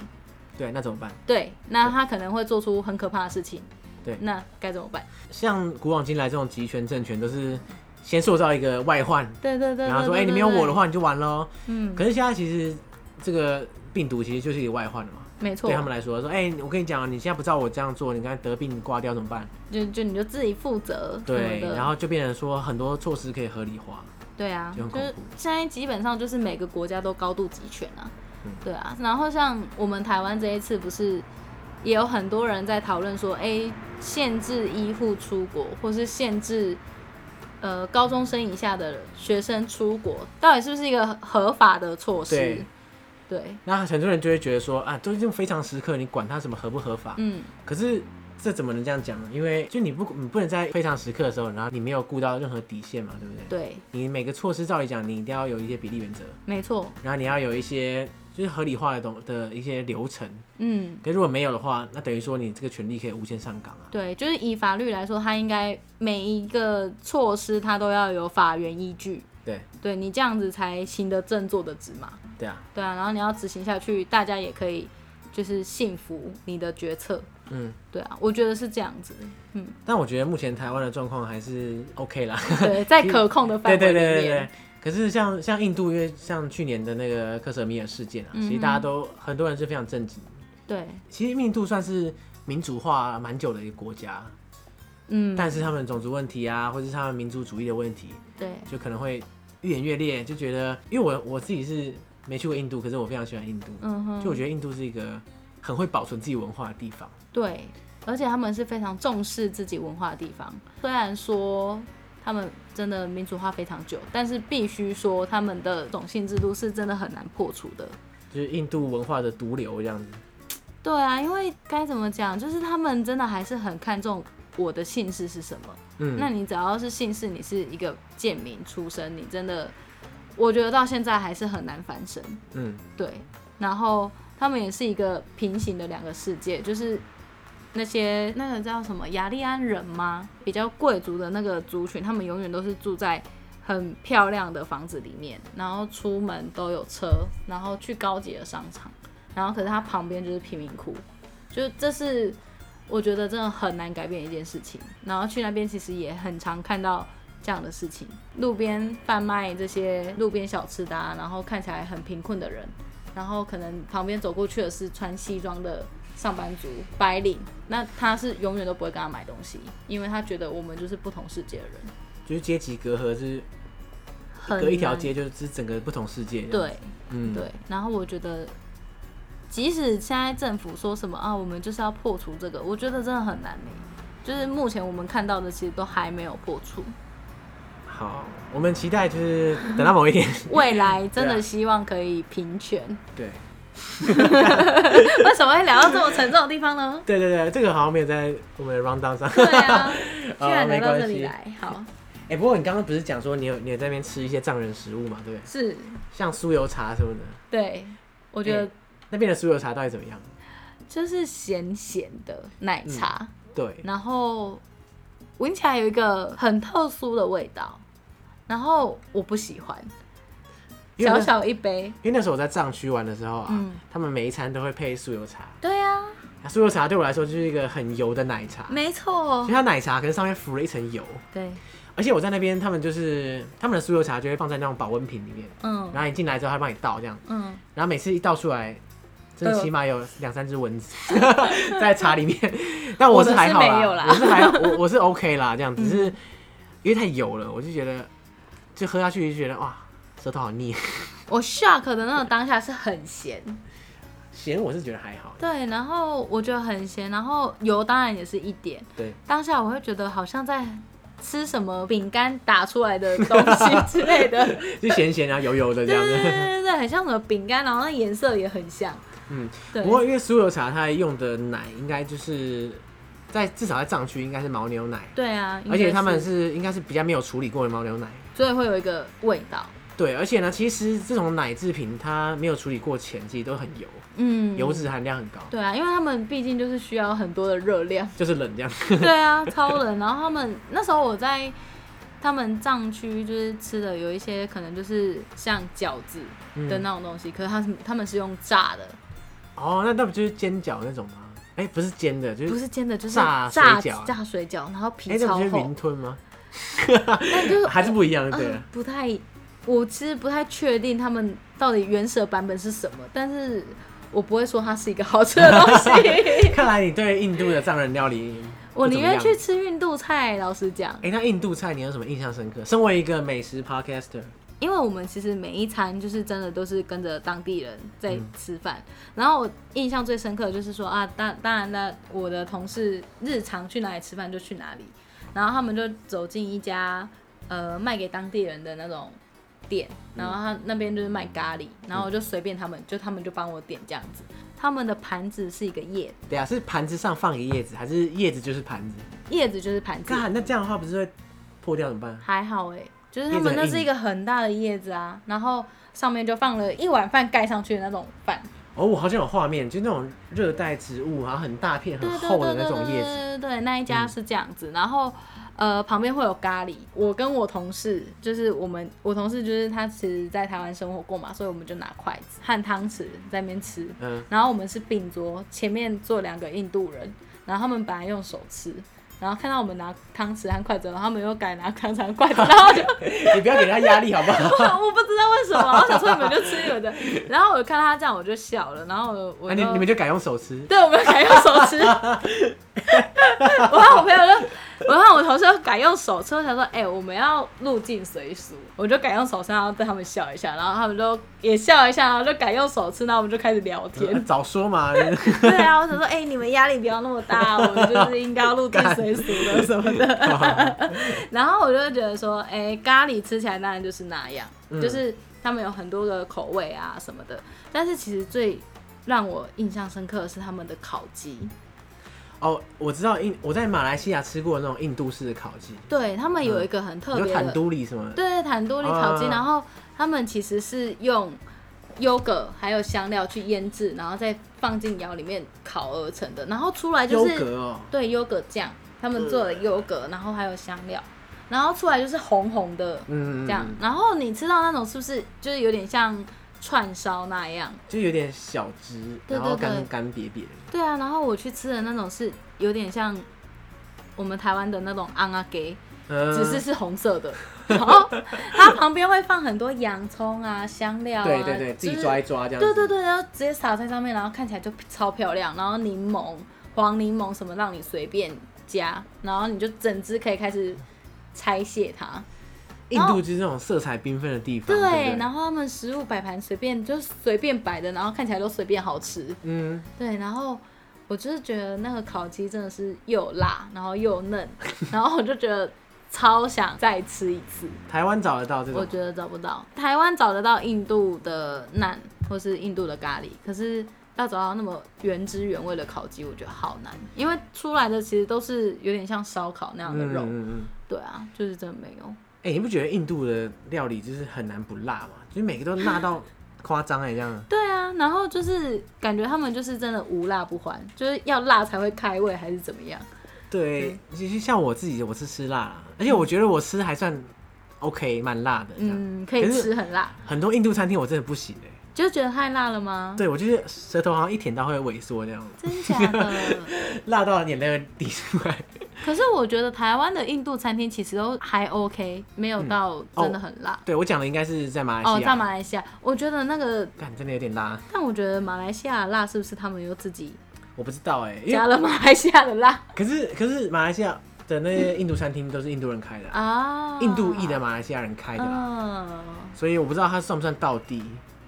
对，那怎么办？
对，那他可能会做出很可怕的事情。
对
那该怎么办？
像古往今来这种集权政权，都是先塑造一个外患，
对对对
然后说，哎、你没有我的
话，
话，你就完喽。
嗯，
可是现在其实这个病毒其实就是一个外患了嘛，
没错
对，他们来说，说，哎、我跟你讲，你现在不照我这样做，你刚才得病挂掉怎么办？
就就你就自己负责什么
对，
的。
然后就变成说很多措施可以合理化。
对啊，
就
就
很恐
是
怖
现在基本上就是每个国家都高度集权啊
嗯。
对啊，然后像我们台湾这一次不是也有很多人在讨论说，哎、限制医护出国，或是限制呃高中生以下的学生出国，到底是不是一个合法的措施
对？
对，
那很多人就会觉得说，啊，都是这种非常时刻，你管它什么合不合法？
嗯，
可是这怎么能这样讲呢？因为就你不你不能在非常时刻的时候，然后你没有顾到任何底线嘛，对不对？
对，
你每个措施照理讲，你一定要有一些比例原则，
没错，
然后你要有一些就是合理化的东的一些流程。
嗯，
可是如果没有的话，那等于说你这个权利可以无限上纲啊。
对，就是以法律来说，它应该每一个措施它都要有法源依据，
对
对你这样子才行得正，坐得直嘛。
对啊，
对啊，然后你要执行下去，大家也可以就是信服你的决策。
嗯，
对啊，我觉得是这样 子。
但我觉得目前台湾的状况还是 OK 啦。
对，在可控的范
对对
围
对
里
对
面
对。。可是像像印度，因为像去年的那个克什米尔事件
嗯
啊，其实大家都很多人是非常震惊。
对，
其实印度算是民主化蛮久的一个国家，
嗯，
但是他们种族问题啊，或者是他们民族主义的问题，
对，
就可能会越演越烈，就觉得，因为我我自己是没去过印度，可是我非常喜欢印度，
嗯哼，
就我觉得印度是一个很会保存自己文化的地方，
对，而且他们是非常重视自己文化的地方。虽然说他们真的民主化非常久，但是必须说他们的种姓制度是真的很难破除的。
就是印度文化的毒瘤这样子。
对啊，因为该怎么讲，就是他们真的还是很看重我的姓氏是什么。
嗯，
那你只要是姓氏，你是一个贱民出身，你真的，我觉得到现在还是很难翻身。
嗯，
对，然后他们也是一个平行的两个世界，就是那些那个叫什么雅利安人吗？比较贵族的那个族群，他们永远都是住在很漂亮的房子里面，然后出门都有车，然后去高级的商场，然后可是它旁边就是贫民窟，就这是我觉得真的很难改变一件事情。然后去那边其实也很常看到这样的事情，路边贩卖这些路边小吃的、啊，然后看起来很贫困的人，然后可能旁边走过去的是穿西装的上班族白领，那他是永远都不会跟他买东西，因为他觉得我们就是不同世界的人，
就是阶级隔阂是
很
隔一条
难
街，就是整个不同世界。，
嗯对。
嗯，
对，然后我觉得，即使现在政府说什么啊，我们就是要破除这个，我觉得真的很难呢。就是目前我们看到的，其实都还没有破除。
好，我们期待就是等到某一天，
未来真
对
的
啊
希望可以 平权。
对。
为什么会聊到这么沉重的地方呢？
对对对，这个好像没有在我们的 round down 上。
对 啊，居
哦
然
没
聊到这
关
里
系
来，好，
哎、不过你刚刚不是讲说你有你有在那边吃一些藏人食物嘛，对不对？
是，
像酥油茶什么的，
对，我觉
哎
得
那边的酥油茶到底怎么样？
就是咸咸的奶茶，
对，
然后闻起来有一个很特殊的味道，然后我不喜欢，
因为
小
那
小一杯，
因为那时候我在藏区玩的时候啊，
嗯
他们每一餐都会配酥油茶。
对啊，
那酥油茶对我来说就是一个很油的奶茶，
没错
其，它奶茶可是上面浮了一层油，
对，
而且我在那边他们就是他们的酥油茶就会放在那种保温瓶里面，
嗯
然后你进来之后他帮你倒这样，
嗯，
然后每次一倒出来。真的
都有
起码有两三只蚊子 在茶里面，但我是还好
我的是没有
啦
啦，
我是还我我是 OK 啦， 这样只是因为太油了，我就觉得就喝下去就觉得哇，舌头好腻。
我 shock 的那个当下是很咸，
咸我是觉得还好，
对，然后我觉得很咸，然后油当然也是一点，
对，
当下我会觉得好像在吃什么饼干打出来的东西之类的，
就
对
咸咸啊油油的这
对
样
对
子。
对对，很像什么饼干，然后那颜色也很像，
嗯，
对
不，过因为酥油茶它用的奶应该就是在至少在藏区应该是牦牛奶，
对啊，
而且他们
应该是
是应该是比较没有处理过的牦牛奶。
所以会有一个味道，
对，而且呢，其实这种奶制品它没有处理过前，其实都很油，
嗯，
油脂含量很高，
对啊，因为他们毕竟就是需要很多的热量，
就是冷这样。
对啊，超人。然后他们那时候我在他们藏区就是吃的有一些可能就是像饺子的
嗯，
那种东西，可是他是他们是用炸的，
哦，那那不就是煎饺那种吗？哎、不是煎的，就
不
是
是煎的，就是
炸
炸
水饺啊
炸水饺，然后
哎、
皮
那
超
不就是
厚
云，吞吗？
但就是
还是不一样，对啊
呃
了。
不太，我其实不太确定他们到底原始的版本是什么，但是我不会说它是一个好吃的东 西，
看来你对印度的藏人料理不
我
怎
宁
么
愿
样
去吃印度菜，老实讲。
哎、那印度菜你有什么印象深刻？身为一个美食 podcaster，
因为我们其实每一餐就是真的都是跟着当地人在吃饭，然后我印象最深刻的就是说啊，当当然了，我的同事日常去哪里吃饭就去哪里，然后他们就走进一家呃卖给当地人的那种店，然后他那边就是卖咖喱，然后我就随便他们，就他们就帮我点这样子，他们的盘子是一个叶
对啊，是盘子上放一个叶子，还是叶子就是盘子？
叶子就是盘子，
干，那这样的话不是会破掉怎么办？
还好哎、就是
叶
他
子
们
很
那是
硬
一个很大的叶子啊，然后上面就放了一碗饭盖上去的那种饭。
哦，我好像有画面，就那种热带植物，然后很大片、很
对对
厚的
对
那
对
种叶子。嗯
对对对，那一家是这样子，然后呃旁边会有咖喱。我跟我同事就是我们我同事就是他其实在台湾生活过嘛，所以我们就拿筷子和汤匙在那边吃。
嗯，
然后我们是并桌，前面坐两个印度人，然后他们本来用手吃，然后看到我们拿汤匙和筷子，然后他们又改拿汤匙和筷子，然后 就
你不要给人家压力好不好？
我我不知道为什么，我想说你们就吃你们的，然后我看他这样我就笑了，然后我
那
我就、
啊你你们就改用手吃。
对，我们改用手吃。我和 我朋友就，我和我同事就改用手吃，我想说，哎、我们要入境随俗，我就改用手吃，然后对他们笑一下，然后他们就也笑一下，然后就改用手吃，然后我们就开始聊
呃
天。
早说 嘛！
对啊，我想说，哎、你们压力不要那么大，我们就是应该要入境随俗 的什么
哦
的。然后我就会觉得说，哎、咖喱吃起来当然就是那样，
嗯
就是他们有很多的口味啊什么的，但是其实最。让我印象深刻的是他们的烤鸡，
哦，我知道印我在马来西亚吃过那种印度式的烤鸡，
对他们有一个很特
嗯有
别的，
坦都里什么的。
对坦多里烤鸡，
啊
然后他们其实是用优格还有香料去腌制，然后再放进窑里面烤而成的，然后出来啊就
优
是
格哦，
对优格酱，他们做的优格，然后还有香料，然后出来就是红红的
嗯，
这样，然后你吃到那种是不是就是有点像串烧那样？
就有点小汁，
对
然后
对对
干干瘪瘪的。
对啊，然后我去吃的那种是有点像我们台湾的那种昂啊给。
嗯，
只是是红色的，然后它旁边会放很多洋葱啊、香料啊，
对对对，自
就是
己抓一抓这样子。
对对对，然后直接撒在上面，然后看起来就超漂亮。然后柠檬、黄柠檬什么让你随便加，然后你就整只可以开始拆卸它。
印度就是那种色彩缤纷的地方。不
对，然后他们食物摆盘随便就随便摆的，然后看起来都随便好吃。
嗯，
对，然后我就是觉得那个烤鸡真的是又辣，然后又嫩， 然后我就觉得超想再吃一次。
台湾找得到这
我
种，
觉得找不到，台湾找得到印度的馕或是印度的咖喱，可是要找到那么原汁原味的烤鸡，我觉得好难，因为出来的其实都是有点像烧烤那样的
嗯
肉。
嗯嗯。
对啊，就是真的没有。
哎、你不觉得印度的料理就是很难不辣吗？就是每个都辣到夸张哎，这样。
对啊，然后就是感觉他们就是真的无辣不欢，就是要辣才会开胃还是怎么样？
对，其实像我自己，我是吃辣
嗯
啦，而且我觉得我吃还算 OK，蛮辣的这样。
嗯，可以
可是
吃很辣，
很多印度餐厅我真的不行哎、
就觉得太辣了吗？
对我就是舌头好像一舔到会萎缩这样，
真假的？
辣到眼泪会滴出来。
可是我觉得台湾的印度餐厅其实都还 OK，没有到真的很辣。
对我讲的应该是在马来
哦，
西亚，
在马来西亚，我觉得那个，
干真的有点辣，
但我觉得马来西亚的辣是不是他们有自己
我不知道哎、因
加
为
了马来西亚的 辣
可是可是马来西亚的那些印度餐厅都是印度人开的啊、
啊？
印度裔的马来西亚人开的啦，
嗯，
所以我不知道它算不算道地。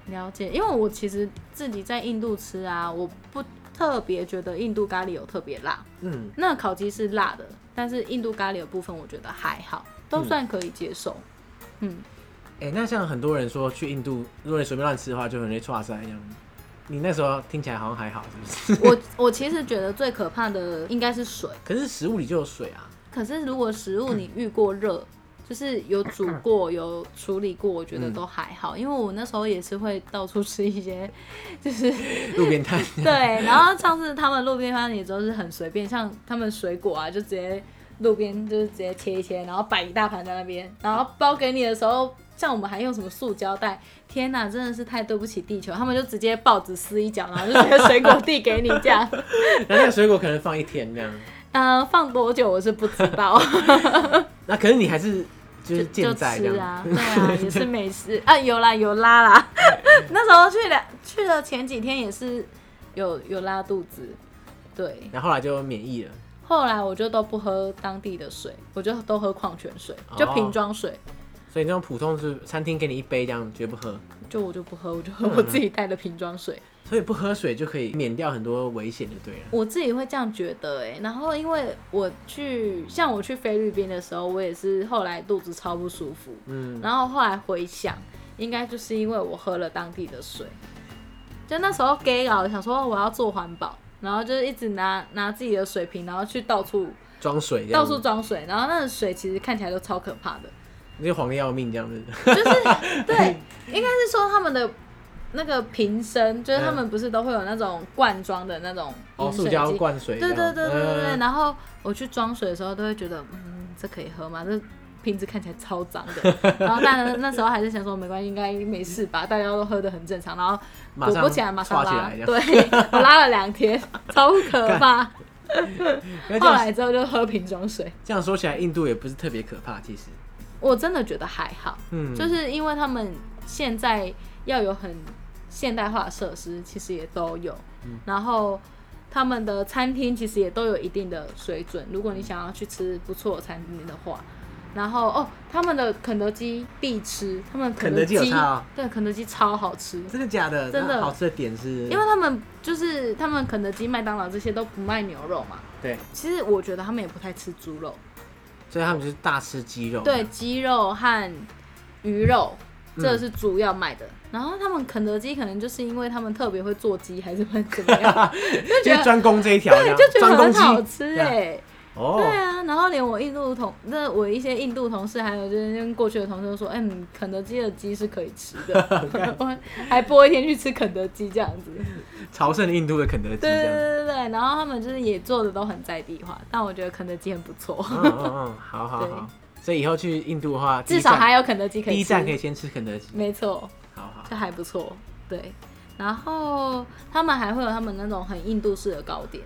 了解。因为我其实自己在印度吃啊，我不特别觉得印度咖喱有特别辣，
嗯。
那烤鸡是辣的，但是印度咖喱的部分我觉得还好，
嗯
都算可以接受。嗯，
哎、那像很多人说去印度，如果你随便乱吃的话，就很容易岔塞一样。你那时候听起来好像还好，是不 是？
我 我其实觉得最可怕的应该是水，
可是食物里就有水啊，
可是如果食物你遇过热，就是有煮过、有处理过，我觉得都还好。因为我那时候也是会到处吃一些， 就是
路边摊
对。然后上次他们路边摊也都是很随便，像他们水果啊，就直接路边就是直接切一切，然后摆一大盘在那边，然后包给你的时候。像我们还用什么塑胶袋？天哪，真的是太对不起地球！他们就直接报纸撕一角，然后就直接水果递给你这样。
然后那个水果可能放一天这样。
呃，放多久我是不知道，
那可是你还是就是
就
健在这
吃
样。
啊，对啊，也是美食啊，有啦有拉啦。 那时候去了去了前几天也是有有拉肚子，对。
然后后来就免疫了。
后来我就都不喝当地的水，我就都喝矿泉水，
哦
就瓶装水，
所以那种普通是餐厅给你一杯这样，绝不喝。
就我就不喝，我就喝
嗯
我自己带的瓶装水。
所以不喝水就可以免掉很多危险，就对啊了。
我自己会这样觉得哎、然后因为我去像我去菲律宾的时候，我也是后来肚子超不舒服，
嗯，
然后后来回想，应该就是因为我喝了当地的水，就那时候 gay 佬想说我要做环保，然后就是一直拿拿自己的水瓶，然后去到处
装水这样
到
子，
处装水，然后那个水其实看起来都超可怕的，
你就黄的要命这样子。
就是对，应该是说他们的。那个瓶身，就是他们不是都会有那种罐装的那种
嗯哦，
饮水
塑
机，
胶灌水这
对
样。
对对对对对。
嗯
然后我去装水的时候，都会觉得，嗯，这可以喝吗？这瓶子看起来超脏的。 然后但那时候还是想说，没关系，应该没事吧，大家都喝的很正常。然后
马
果
上
不其然，马上
挂起
拉
来这，样。
对 我拉了两天，超可怕。
因为这
后
样
来之后就喝瓶装水，
这样说起来，印度也不是特别可怕，其实。
我真的觉得还好，
嗯，
就是因为他们现在要有很现代化的设施，其实也都有，
嗯
然后他们的餐厅其实也都有一定的水准。如果你想要去吃不错的餐厅的话，然后哦，他们的肯德基必吃，他们
肯
德
德基有差啊
对肯德基超好吃，
真的假的？
真的
那好吃的点是，
因为他们就是他们肯德基、麦当劳这些都不卖牛肉嘛。
对，
其实我觉得他们也不太吃猪肉，
所以他们就是大吃鸡肉。
对，，鸡肉和鱼肉，这是主要卖的。然后他们肯德基可能就是因为他们特别会做鸡，还是会怎么样，就
就
觉
是
得
专攻这一条，
对，
这样
就觉
专
得
攻
很
鸡
好吃
这样
哎、对
哦，
啊，然后连我印度同那我一些印度同事，还有就是过去的同事都说，哎、嗯肯德基的鸡是可以吃的，我还播一天去吃肯德基这样子。
朝圣印度的肯德基
对
这样
对
子。
对对对，然后他们就是也做的都很在地化，但我觉得肯德基很不错，
嗯嗯嗯，好好好。所以以后去印度的话，第
至
一
少
站
还有肯德基可以
第
吃。
一站可以先吃肯德基。
没错。
好好，
这还不错，对。然后他们还会有他们那种很印度式的糕点，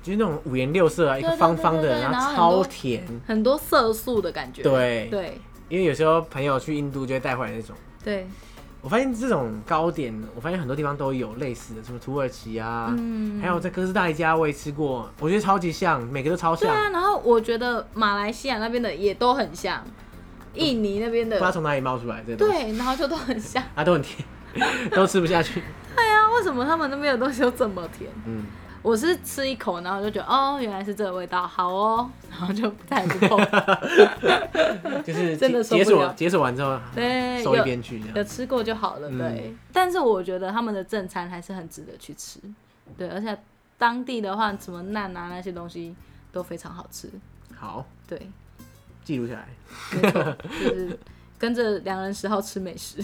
就是那种五颜六色啊，一个方方的，
对对对
然后
然后很
超
多
甜。
很多色素的感觉。
对，
对
因为有时候朋友去印度就会带回来那种。
对，
我发现这种糕点，我发现很多地方都有类似的，什么土耳其啊，
嗯，
还有在哥斯达黎加我也吃过，我觉得超级像，每个都超
对
像，
啊。然后我觉得马来西亚那边的也都很像，印尼那边
不知道
的
从哪里冒出来这东西，
对，然后就都很像。
啊都很甜， 都吃不下去。
那为什么他们那边的东西都这么甜？
嗯，
我是吃一口，然后就觉得哦，原来是这个味道，好哦，然后就再也不碰。
就是
真的
解解
受不了
锁解锁完之后，
对，
收一
有
边去这
有
样。
吃过就好了，
嗯
对。但是我觉得他们的正餐还是很值得去吃，对，而且当地的话，什么nạn啊那些东西都非常好吃，
好，
对，
记录下来。
没错，就是跟着良人十号吃 美食。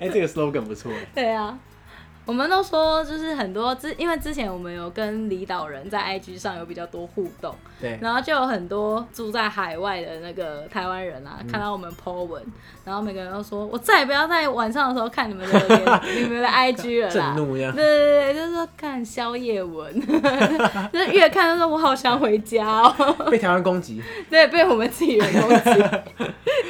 哎、这个 slogan 不错。
对啊，我们都说就是很多之，因为之前我们有跟离岛人在 IG 上有比较多互动，
对，
然后就有很多住在海外的那个台湾人
嗯
啊，看到我们 po 文，然后每个人都说，我再也不要在晚上的时候看你们 的脸你们的 IG 了
震
啦。
怒这
对
样。
对对，就是说看宵夜文，就是越看就说我好想回家哦。
被台湾攻击，
对，被我们自己人攻击，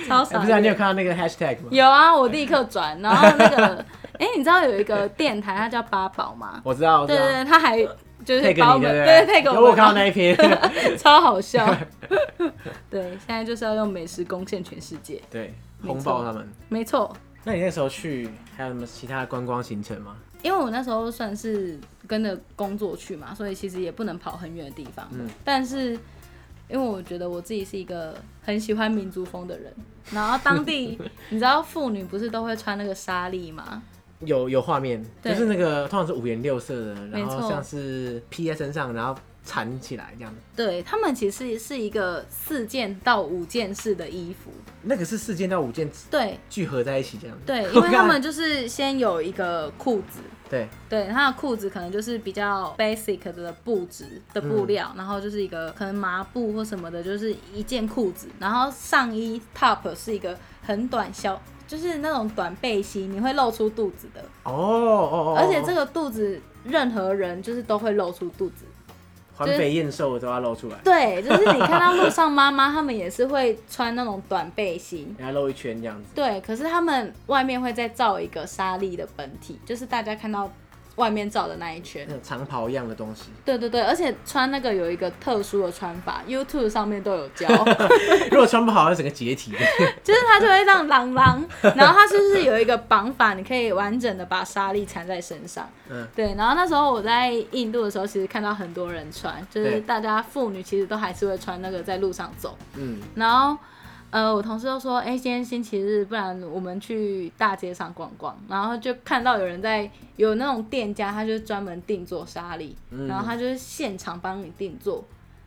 超
哎、
傻
不是、啊、
眼。
你有看到那个 hashtag 吗？
有啊，我立刻转，然后那个，哎、你知道有一个电台，它叫八宝吗？
我知道，我知
对
道。
对对，他还就是
take
把我
你
们
对不
对 take
有
我们
我看到那一篇，
超好笑。对，现在就是要用美食攻陷全世界，
对，
没错
轰爆他们。
没错。
那你那时候去还有什么其他观光行程吗？
因为我那时候算是跟着工作去嘛，所以其实也不能跑很远的地方。
嗯
但是因为我觉得我自己是一个很喜欢民族风的人，然后当地 你知道妇女不是都会穿那个纱丽吗？
有有画面，就
对
是那个通常是五颜六色的，然
没
后
错
像是披在身上，然后缠起来这样。
对他们其实是一个四件到五件式的衣服，
那个是四件到五件
对
聚合在一起这样。
对，
我
因为他
看
们就是先有一个裤子，
对
对，它的裤子可能就是比较 basic 的布质的布料，然后就是一个可能麻布或什么的，就是一件裤子，然后上衣 top 是一个很短小，就是那种短背心，你会露出肚子的，
哦哦哦，
而且这
个
个肚子任何人就是都会露出肚子。
环肥燕瘦的都要露出来，
对，就是你看到路上妈妈，她们也是会穿那种短背心，
然后露一圈这样子。
对，可是他们外面会再罩一个纱丽的本体，就是大家看到外面罩的那一圈
那。种长袍一样的东西，
对对对，而且穿那个有一个特殊的穿法，YouTube 上面都有教，
如果穿不好，要整个解体。
就是它就会让朗朗，然后它就是有一个绑法，你可以完整的把纱丽缠在身上。
嗯，
对，然后那时候我在印度的时候，其实看到很多人穿，就是
对
大家妇女其实都还是会穿那个在路上走。
嗯，
然后，呃，我同事就说：“哎、今天星期日，不然我们去大街上逛逛。”然后就看到有人在有那种店家，他就专门定做沙粒，
嗯
然后他就是现场帮你定做，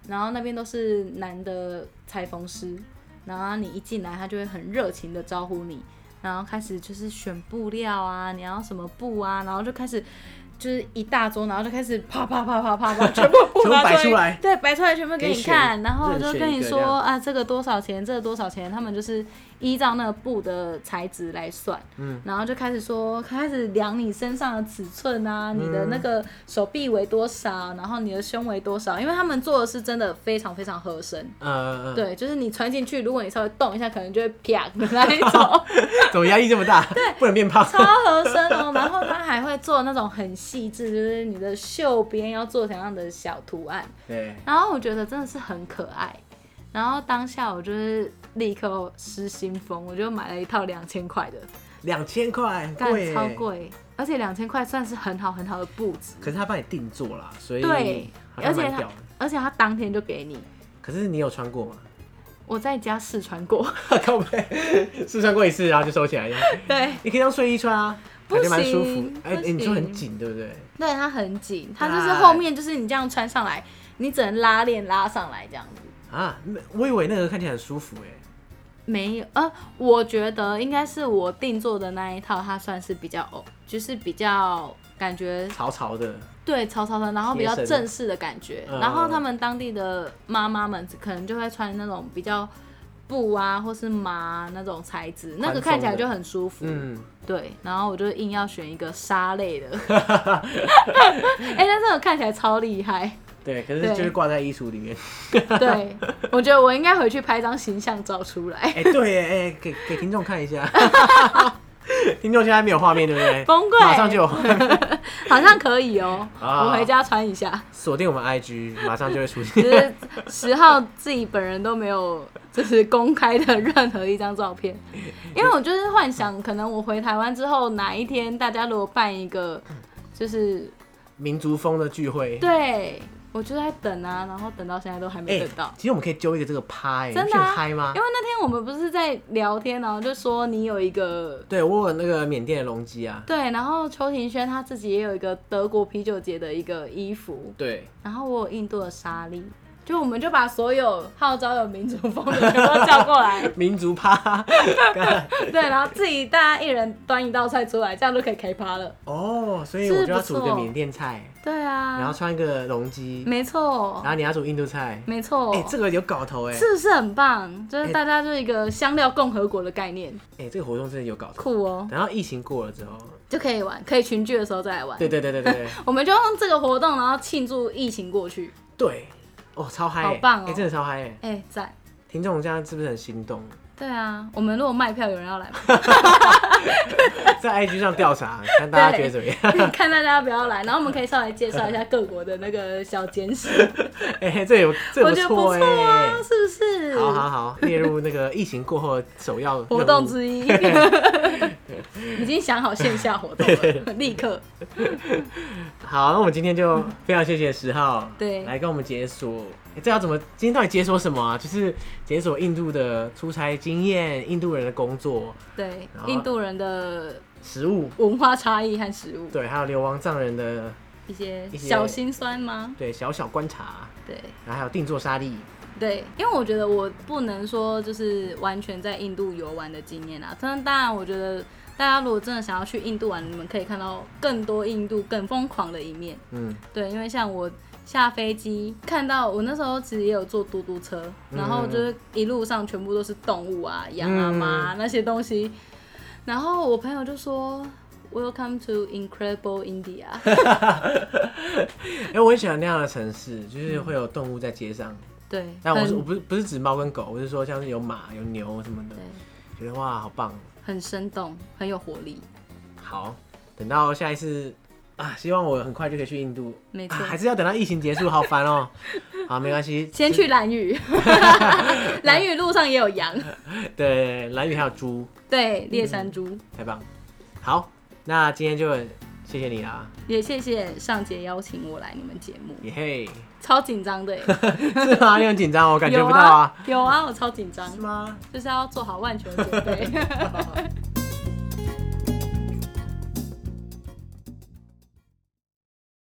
然后那边都是男的裁缝师，然后你一进来，他就会很热情的招呼你，然后开始就是选布料啊，你要什么布啊，然后就开始。就是一大桌，然后就开始啪啪啪 啪啪啪，全部布
全部
拿
摆出来
对，摆出来全部给
给
你
选
看，然后
任
就
选
跟
一
你
个
说
这样
啊，这个多少钱，这个多少钱，他们就是依照那个布的材质来算，
嗯，
然后就开始说，开始量你身上的尺寸啊，你
嗯
的那个手臂围多少，然后你的胸围多少，因为他们做的是真的非常非常合身。
呃，
对，就是你穿进去，如果你稍微动一下，可能就会啪的那一种，
怎么压力这么大？对，不能变胖。
超合身哦。然后他还会做那种很细致，就是你的袖边要做怎样的小图案，
对，
然后我觉得真的是很可爱，然后当下我就是立刻失心疯，我就买了一套两千块的，
两千块，很
干
贵耶
超。贵，而且两千块算是很好很好的布置，
可是他帮你定做啦，所以
对，
好
而
像
且
蛮
他
屌的。
而且他当天就给你，
可是你有穿过吗？
我在家试穿过，
靠背，试穿过一次，然后就收起来了。
对
你可以当睡衣穿啊，
不
感觉蛮
行
舒服。哎、
不
哎你说很
行
紧，对不对？
对，它很紧，它就是
哎
后面就是你这样穿上来，你只能拉链拉上来这样子。
啊，那我以为那个看起来很舒服哎、
没有，呃，我觉得应该是我定做的那一套，它算是比较哦，就是比较感觉
潮潮的，
对，潮潮的，然后比较
贴身
正式的感觉。
嗯
然后他们当地的妈妈们可能就会穿那种比较布啊，或是麻那种材质，那个看起来就很舒服。
嗯，
对，然后我就硬要选一个纱类 的。哎、但这个看起来超厉害。
对。可是
对
就是挂在衣橱里 面。
对，我觉得我应该回去拍张形象照出来，
哎、对耶，哎、给给听众看一 下。听众现在没有画面，对不对？
崩溃
马上就有画面。
好像可以哦、
啊
我回家穿一下。
锁定我们 IG，马上就会出
就
现。
是十号自己本人都没有，就是公开的任何一张照片，因为我就是幻想，可能我回台湾之后，哪一天大家如果办一个，就是
民族风的聚会。
对我就在等啊，然后等到现在都还没
哎、
等到。
其实我们可以揪一个这个趴、哎，
真
你
的
去
啊
很嗨吗
因为？那天我们不是在聊天，然后就说你有一个
对，我有那个缅甸的龙基啊。
对，然后邱庭轩他自己也有一个德国啤酒节的一个衣服，
对，
然后我有印度的纱丽，就我们就把所有号召有民族风的全部都叫过来，
民族趴。
对，然后自己大家一人端一道菜出来，这样就可以开趴了。
哦，所以
是
我
不
就要煮
错
个缅甸菜，
对啊，
然后穿一个龙基，
没错
然，后你要煮印度菜。
没错，
哎、这个有搞头哎、
是不是很棒？就是
哎
大家就是一个香料共和国的概念，
哎、这个活动真的有搞头。
酷哦，
等到疫情过了之后，
就可以玩，可以群聚的时候再来玩。
对对对对对
我们就用这个活动，然后庆祝疫情过去。
对，哦，超嗨、欸，
好棒哦
哎、真的超嗨哎、欸！
哎、赞！
听众这样是不是很心动？
对啊，我们如果卖票，有人要来吗？
在 IG 上调 查，看大家觉得怎么样？
看大家要不要来，然后我们可以稍微介绍一下各国的那个小 简史，
哎、这有这
我
不
觉得不
错哎、
错啊，是不是？
好好好，列入那个疫情过后首要任务
活动。之一， 已经想好线下活动了，立刻。
好，那我们今天就非常谢谢十号，
对
来跟我们解锁。哎这要怎么？今天到底解锁什么啊？就是解锁印度的出差经验、印度人的工作、
对
然，后
印度人的
食物，
文化差异和食物，
对，还有流亡藏人的
一些
一些
小心酸吗？
对，小小观察，
对
然后还有定做沙粒，
对，因为我觉得我不能说就是完全在印度游玩的经验啊，但当然我觉得大家如果真的想要去印度玩，你们可以看到更多印度更疯狂的一面。
嗯，
对，因为像我下飞机看到我那时候其实也有坐嘟嘟车，然后就是一路上全部都是动物啊、羊啊、
嗯
马啊那些东西，然后我朋友就说。Welcome to Incredible India 。
哎、我很喜欢那样的城市，就是会有动物在街上，
对，
但我是
嗯很
我不是不是指猫跟狗，我是说像是有马、有牛什么的
对，，
觉得哇，好棒，
很生动，很有活力。
好，等到下一次啊，希望我很快就可以去印度，
没
啊
错，
还是要等到疫情结束，好烦哦、 好，没关系，
先去 蓝屿，蓝屿路上也有羊，
对，蓝屿还有猪，
对，猎山猪。
太棒，好，那今天就很谢谢你啦，
也谢谢上节邀请我来你们节目，
耶嘿，
超紧张的耶，欸
是吗？你很紧张哦，我 感觉
有
不到啊，
有啊，我超紧张
是，吗？
就是要做好万全准备。